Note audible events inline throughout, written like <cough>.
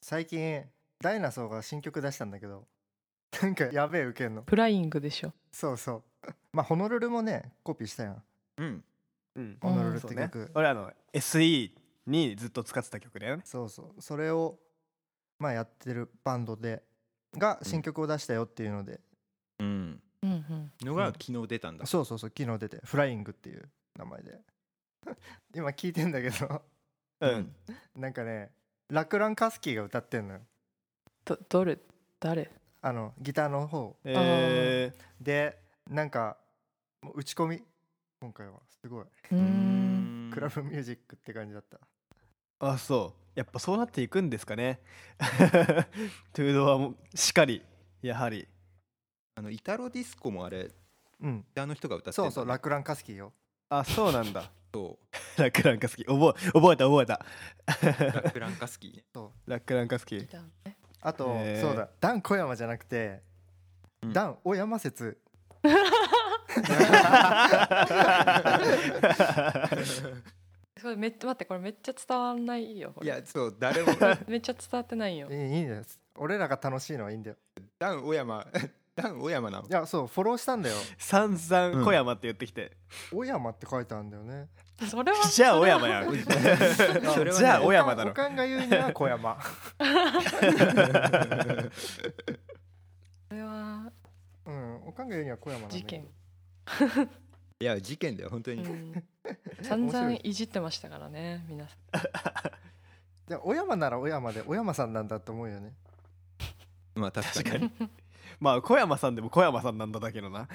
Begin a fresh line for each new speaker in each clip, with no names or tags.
最近ダイナソーが新曲出したんだけど <laughs> なんかやべえウケんの
プライングでしょ
そうそう <laughs> まあホノルルもねコピーしたやん
うん
うん
ホノルルっ
そ
て
うね
曲、
俺あの SE にずっと使ってた曲だよね
そうそうそれをまあやってるバンドでが新曲を出したよっていうので、
うん
うんうん
のが昨日出たんだ、
そうそうそう昨日出て「フライング」っていう名前で <laughs> 今聞いてんだけど <laughs>
うん
なんかねラクラン・カスキーが歌ってんのよ
どどれ誰
あのギターの方
え
でなんかもう打ち込み今回はすごい、
うー
うんん
クラブミュージックって感じだった
ー、あそうやっぱそうなっていくんですかね <laughs> トゥードはもうしかりやはり
あのイタロディスコもあれ
うん
あの人が歌ってんだ
そ
ね
うそうラクラン・カスキーよ
あそうなんだ <laughs>
そ <laughs>
ラックランカスキー覚え覚えた覚えた
うラクランカスキーね
ラックランカスキー
ギターね
あと、
へー
そうだダン小山じゃなくて、
うん
ダン小山説
<laughs>
それめっちゃ待ってこれめっちゃ伝わんないよこ
<laughs> い
れ
やそう誰も
めっちゃ伝わってないよ
いいいいんです俺らが楽しいのはいいんだよ
ダン小山ダン小山なの
いやそうフォローしたんだ
<laughs>
よ
散
うん
々小山って言ってき
<laughs>
て、
小山って書いてあるんだよね
それは
じゃあ
そ
小
れは
山や
<laughs>
ん
それはね
じゃあ小山だろ
おかんが言うには小
<laughs>
山
それは
うんおかんが言うには小山なんだけど
事件
いや事件だよ本当
う
に、
<laughs>
ん散々
面白い
いじってましたからね皆さん
で小山なら小山で小山さんなんだと思うよね
まあ確かに
まあ小山さんでも小山さんなんだだけどな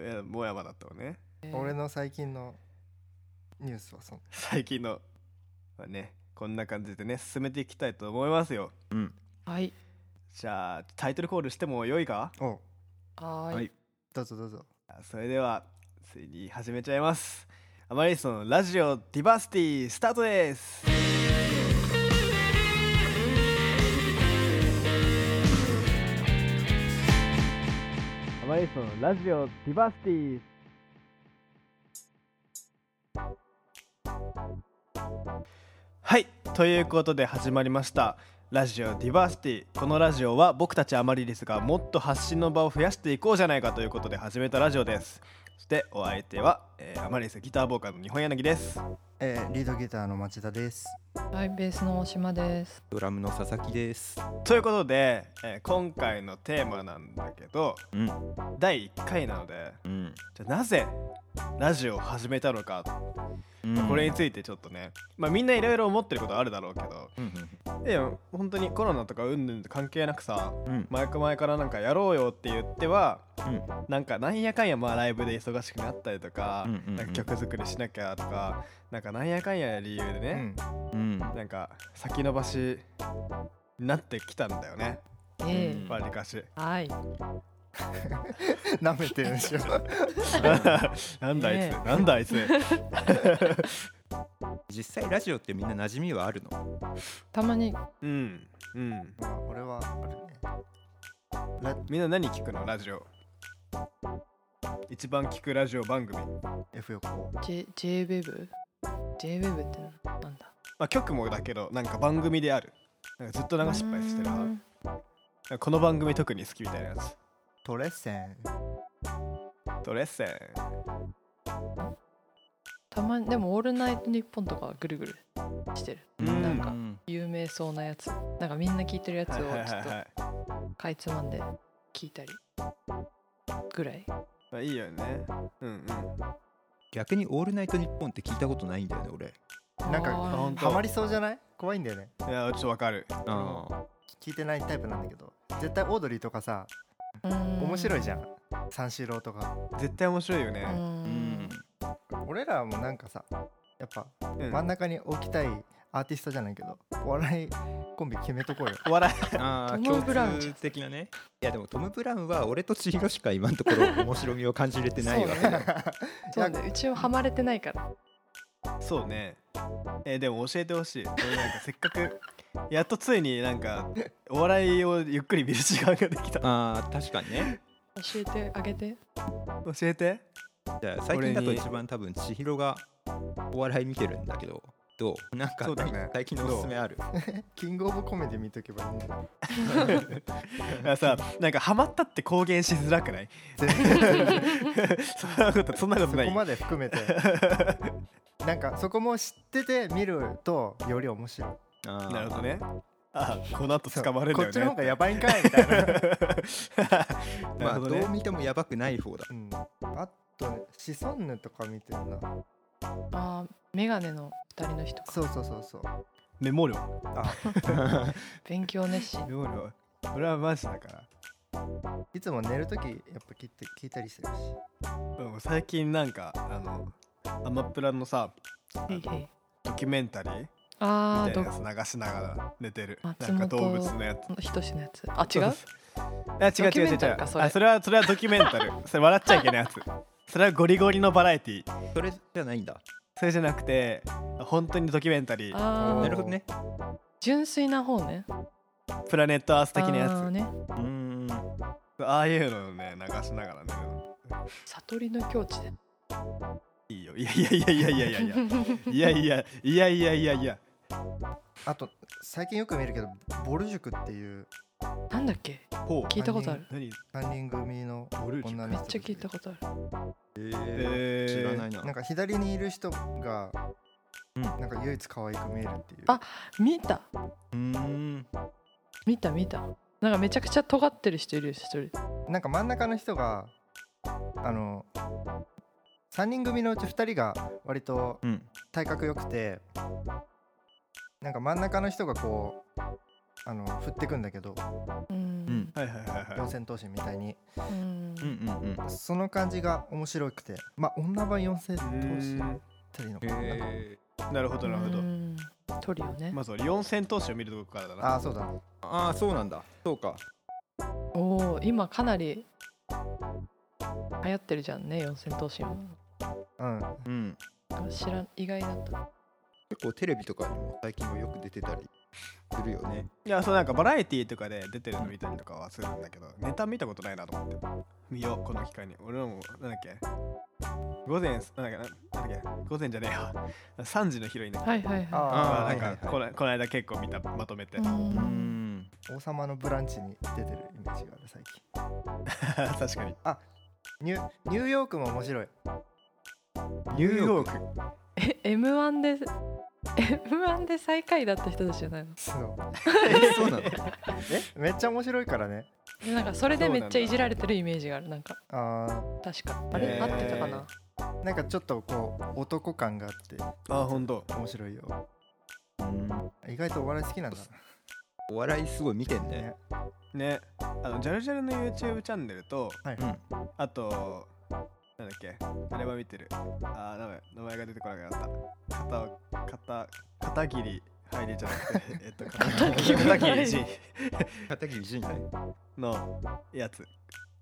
いやもやまだったわね
俺の最近のニュースはそん
最近の、まあねこんな感じでね進めていきたいと思いますよ
うん
はい
じゃあタイトルコールしてもよいか
おう
は
は
ー
い
い
どうぞどうぞ
それではついに始めちゃいますアマリストのラジオディバーシティスタートですアマリストのラジオディバーシティはいということで始まりましたラジオディバーシティこのラジオは僕たちアマリリスがもっと発信の場を増やしていこうじゃないかということで始めたラジオですそしてお相手は、えーアマリリスギターボーカルの日本柳です
えーリードギターの町田です
はいベースの大島です
ドラムの佐々木です
ということで、えー今回のテーマなんだけど
うん
第1回なので
うん、
じゃあなぜラジオを始めたのかこれについてちょっとね、まあ、みんないろいろ思ってることあるだろうけど
うん
いや本当にコロナとかうんぬんと関係なくさ
うんうん
前か前からなんかやろうよって言っては
うん
なんかなんやかんやまあライブで忙しくなったりとか,、
うんうんうん
なんか曲作りしなきゃとかなんかなんやかんや理由で
う
ね、
ん
うん
なんか先延ばしになってきたんだよね
え
うん
わりかし
はい
なめてるでしょ <laughs>
なんだあいつ、
ね
なんだあいつ
実際ラジオってみんな馴染みはあるの
たまに
うんうん
まあ俺はあれね
みんな何聞くのラジオ一番聞くラジオ番組、ま
F 横
J J ウェブ J ウェブってなんだ
あ、局もだけどなんか番組であるなんかずっと流しっぱいしてる
う
派
ー
なんんかこの番組特に好きみたいなやつ
トレッセン
ドレッセン
たまにでも「オールナイトニッポン」とかはぐるぐるしてる
うん
なんか有名そうなやつなんかみんな聞いてるやつをちょっとかいつまんで聞いたりぐらい
まあ、いいよねうんうん
逆に「オールナイトニッポン」って聞いたことないんだよね俺
なんか
あー
ほんと
ハマりそうじゃない怖いんだよね
いやちょっとわかる
あ
聞いてないタイプなんだけど絶対オードリーとかさ
うーん
面白いじゃん三四郎とか
絶対面白いよ
う
ね、
う
ー
ん
ん
俺らもなんかさやっぱ
うん
真ん中に置きたいアーティストじゃないけどお笑いコンビ決めとこうよ
お笑
あー
トムブラウン
共通的なねいやでもトム・ブラウンは俺と千尋しか今のところ面白みを感じれてないわけ <laughs>
そう
だよ
そうなんだうちはハマれてないから
いそうねえーでも教えてほしい俺なんかせっかく <laughs> やっとついになんかお笑いをゆっくり見る時間ができた
あー確かにね
教えてあげて
教えて
じゃあ最近だと
俺に
一番多分千尋がお笑い見てるんだけどどうなんか
そうだね
最近のおすすめある
キングオブコメディ見とけばいいん
<laughs>
だよ
<laughs> あさなんかハマったって公言しづらくない <laughs> そんなことそんなこと
そ
ない
こまで含
<laughs>
めてなんかそこも知ってて見るとより面白い
あー
なるほどねあこの後
そう
捕まるんだよ
こ
ね
っちの方がやばいんかいみたいな、
<laughs> な
ま
る
あ
ほ
ど
どね
う見てもやばくない方だ
うん、あとねシソンヌとか見てるな
あーメガネの二人の人か
そうそうそうそう
メモ量
勉強熱心
<laughs> メモ量これはマジだから
いつも寝るときやっぱ聞いて聞いたりするし
うん最近なんかあのアマプラのさ
へいへい
ドキュメンタリーみ
ああ
たいな
ど
やつ流しながら寝てるな
松
ん
本
か動物のやつ
人志のやつあ違う
あ違う違う違う違
ドキュメンタリー
う
かそれ
あそれはそれはドキュメンタル
<laughs>
それ笑っちゃいけないやつそれはゴリゴリのバラエティ
それじゃないんだ
それじゃなくて本当にドキュメンタリー
あ
な
あ
るほどね
純粋な方ね
プラネットアース的なや
あ
つ
ーね
うーん
ああいうのをね流しながらね
悟りの境地で
いいよいやいやいやいやいやいやいやいやいやいやいやいやいや
あと最近よく見るけどボル塾っていう
<laughs> なんだっけ
ほう
聞いたことある
何
3人組の
ボル塾
女の人
めっちゃ聞いたことある
えー
知らないな
なんか左にいる人が、
うん
なんか唯一可愛く見えるっていう
あ見た
うーん
見た見たなんかめちゃくちゃ尖ってる人いるよ一人
なんか真ん中の人があの3人組のうち2人が割と
うん
体格良くてなんか真ん中の人がこうあの振ってくんだけど
う
うんん
はいはいはいは
四
い
千頭身みたいに
うん
うんうんうん
その感じが面白くてまあ女版四千頭
う
身っ
ー
ていうのかななんか
え
んなるほどなるほど
うんトリオね
まずは四千頭身を見るとこからだな
ああそうだ
ー、ああそうなんだそうか
おお今かなり流行ってるじゃんね四千頭身も
うん
うん
知らん意外だった
結構テレビとかにも最近はよく出てたりするよね
いやそうなんかバラエティーとかで出てるの見たりとかはするんだけどネタ見たことないなと思って見ようこの機会に俺らもなんだっけ午前なんだっけなんだっけ午前じゃねえよ3時のヒロインだっけ
はいはいは
あ
は
あは
なん
いはい
か
はい
このこの間結構見たまとめて
いうん
王様のブランチに出てるイメージがある最近
<laughs> 確かに
ニュニューヨークも面白い
ニューヨーク
え M1 で M1 で最下位だった人たちじゃないの
そう
えそうなの
えめっちゃ面白いからね
でなんかそれでめっちゃいじられてるイメージがあるなんか
あ
確かあれ
へー
合ってたかな
ーなんかちょっとこう男感があって
あ本当。
面白いよ
うん
意外とお笑い好きなんだ
お <laughs> 笑いすごい見てん
ね
ね
ねあのジャルジャルの YouTube チャンネルと
はい、
うん
あとなんだっけあれは見てるあー名前名前が出てこなくなった片片片桐入りじゃなくて <laughs> えっと片
桐
片桐仁
片桐仁ね
のやつ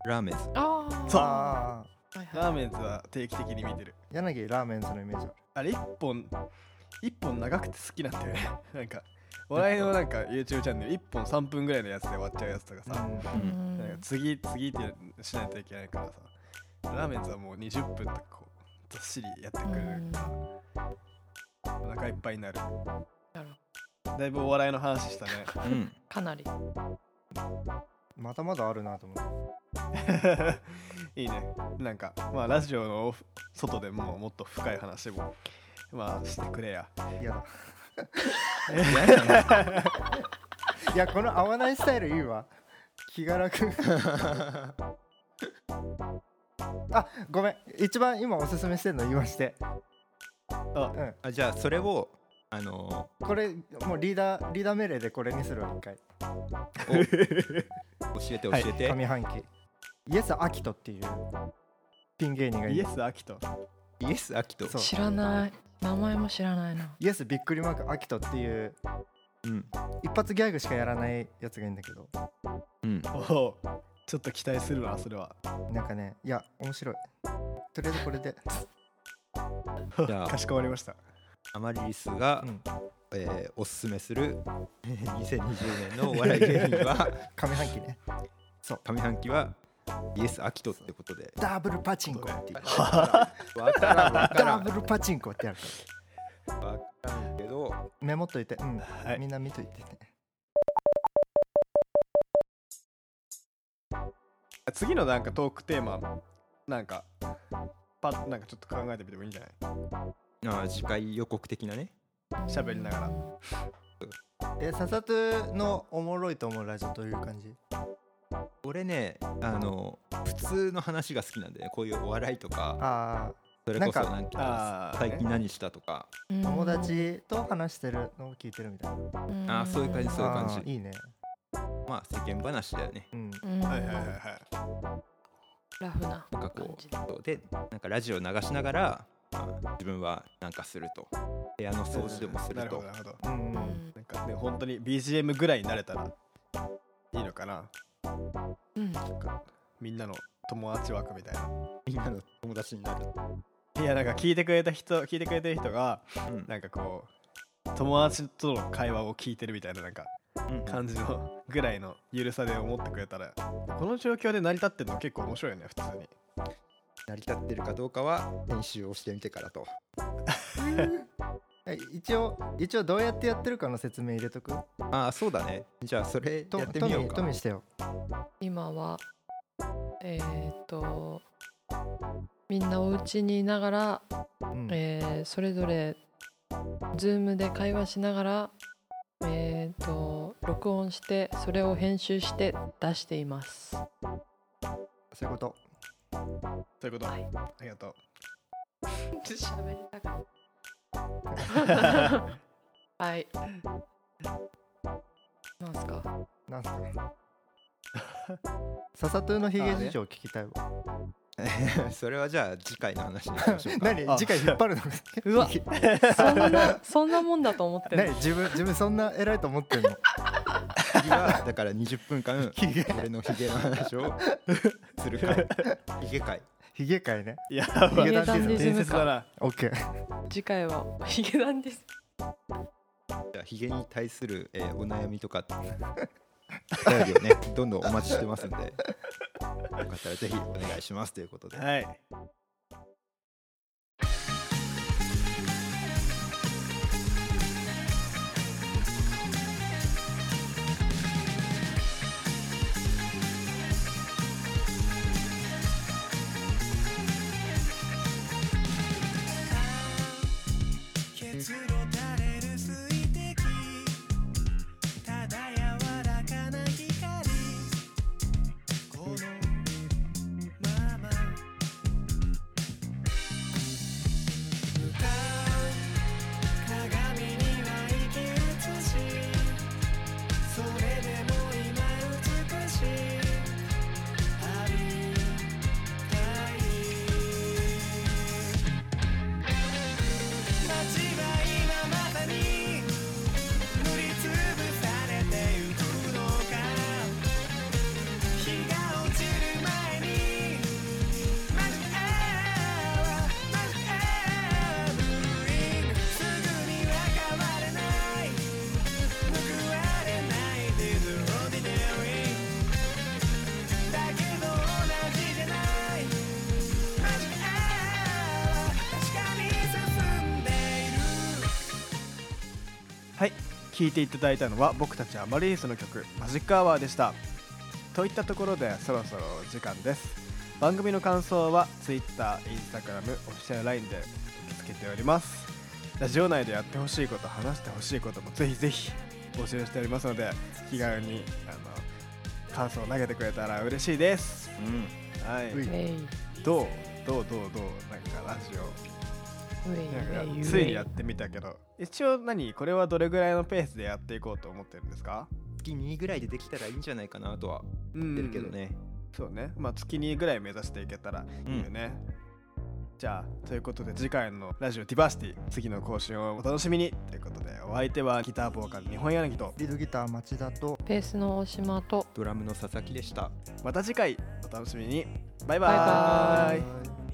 ラーメンズ
ああ
そう
ああ
はいはい
ラーメンズは定期的に見てる
柳ラーメンズのイメージある
あれ一本一本長くて好きなんだよね <laughs> なんか笑いのなんか YouTube チャンネル一本3分ぐらいのやつで終わっちゃうやつとかさ、
う
うん
ん
なんか次次ってしないといけないからさラーメンズはもう20分とかこうずっしりやってくれるから、お腹いっぱいになる
なる
だいぶお笑いの話したね
うん
かなり
まだまだあるなと思って
いいね <laughs> なんかまあラジオの外でもうもっと深い話もまあしてくれや
嫌だ
嫌だない
やこの合わないスタイルいいわ気が楽あごめん一番今おすすめしてるの言わして
あ
うん
あじゃあそれをあの
これもうリーダーリーダー命令でこれにするわ一回
ー教えて教
はい
えて、
上半期イエス・アキトっていうピン芸人がい
イ
る
エス・アキト
イエス・アキト
そう
知らない名前も知らないな
イエスびっくりマークアキトっていう
うん
一発ギャグしかやらないやつがいるんだけど
うん
おおちょっと期待するわそれは
なんかねいや面白いとりあえずこれで、
じゃあ
<laughs> かしこまりました
アマリリスが、
うん、
えーおすすめする <laughs> 2020年のお笑い芸人は
上半期ね
上半期はイエス・アキトってことで
ダブルパチンコっていう
わからんわか
ダ
らん
ブルパチンコってやるか
わけど
メモっといて、うん
はい
みんな見といてね
次のなんかトークテーマなんかパッなんかちょっと考えてみてもいいんじゃない
ああ次回予告的なね
喋りながら
えササトゥのおもろいと思うラジオどういう感じ
俺ねあの普通の話が好きなんだよねこういうお笑いとか
あ
それこそ
なんか
なん
あ
か
ー
最近何したとか
あ友達と話してるのを聞いてるみたいな
あーそういう感じそういう感じ
あーいいね
まあ世間話だよね
うん
うん
はいはいはいはい
ラフな
なんか
感
こ
じで
うそうでなんかラジオ流しながら、まあ自分はなんかすると部屋の掃除でもす
な
る
るほ
と
どなるほど
うんう
うんん
なんかね本当に BGM ぐらいになれたらいいのかな
うん
なんかみんなの友達枠みたいな
みんなの友達になる、
いやなんか聞いてくれた人聞いてくれてる人が
うん
なんかこう友達との会話を聞いてるみたいななんか感じのぐらいのゆるさで思ってくれたらこの状況で成り立ってるの結構面白いよね普通に
成り立ってるかどうかは編集をしてみてからと
え一応一応どうやってやってるかの説明入れとく
ああそうだねじゃあそれ
と
やってみよう
トミートミ
か
ーしてよ
今はえーっとみんなお家にいながら、
うん
えーそれぞれ Zoom で会話しながらえーっと録音してそれを編集して出しています。
そういうこと
そういうこと、
はい
ありがとう
喋りたか
<laughs>
った。 <laughs> はい。なんすか。
なんすか <laughs> ササトゥのヒゲ事情聞きたいわ、
<laughs> それはじゃあ次回の話にしましょ <laughs> うか
何
あ
次回引っ張るの
うわそんなそんなもんだと思ってる
何。自分自分そんな偉いと思ってんの <laughs>
次はだから20分間俺のヒゲの話をする回ヒゲ回
ヒゲ界ね
や
ヒ
ばい
ゲ
ゲ
ダ
ダ
ン
ン
ディ
ディ
ズム
ズ
伝
ム
説だな
オッケー
次回はヒゲダンです。
じゃあヒゲに対する、えーお悩みとかお便りをねどんどんお待ちしてますんでよかったらぜひお願いしますということで
はい
結露垂れる水滴ただ柔らかな光このまま向かう鏡には生き写しそれでも今美しいありたい街は今まさに塗りつぶされてゆくのか日が落ちる前にマジアーマジアーブリンすぐには変われない報われないディズロディデリーだけど同じじゃない「確かに進んでいる」
はい聴いていただいたのは僕たちアマリリスの曲「マジックアワー」でしたといったところでそろそろお時間です番組の感想は Twitter、Instagram、Official LINE で受け付けておりますラジオ内でやってほしいこと話してほしいこともぜひぜひ募集しておりますので気軽にあの感想を投げてくれたら嬉しいです
うん
は
うい
い
えい
どうどうどうどうなんかラジオな
う
ん
えい
かついにやってみたけど一応何これはどれぐらいのペースでやっていこうと思ってるんですか
月2ぐらいでできたらいいんじゃないかなとは
う
思
ん
ってるけどね、
そうねまあ月にぐらい目指していけたら
う
いいよね、じゃあということで次回のラジオディバーシティ次の更新をお楽しみにということでお相手はギターボーカル日本柳と
リードギター町田と
ペースの大島と
ドラムの佐々木でした
また次回お楽しみにバイバ
バイバー
ーイ
イ
はい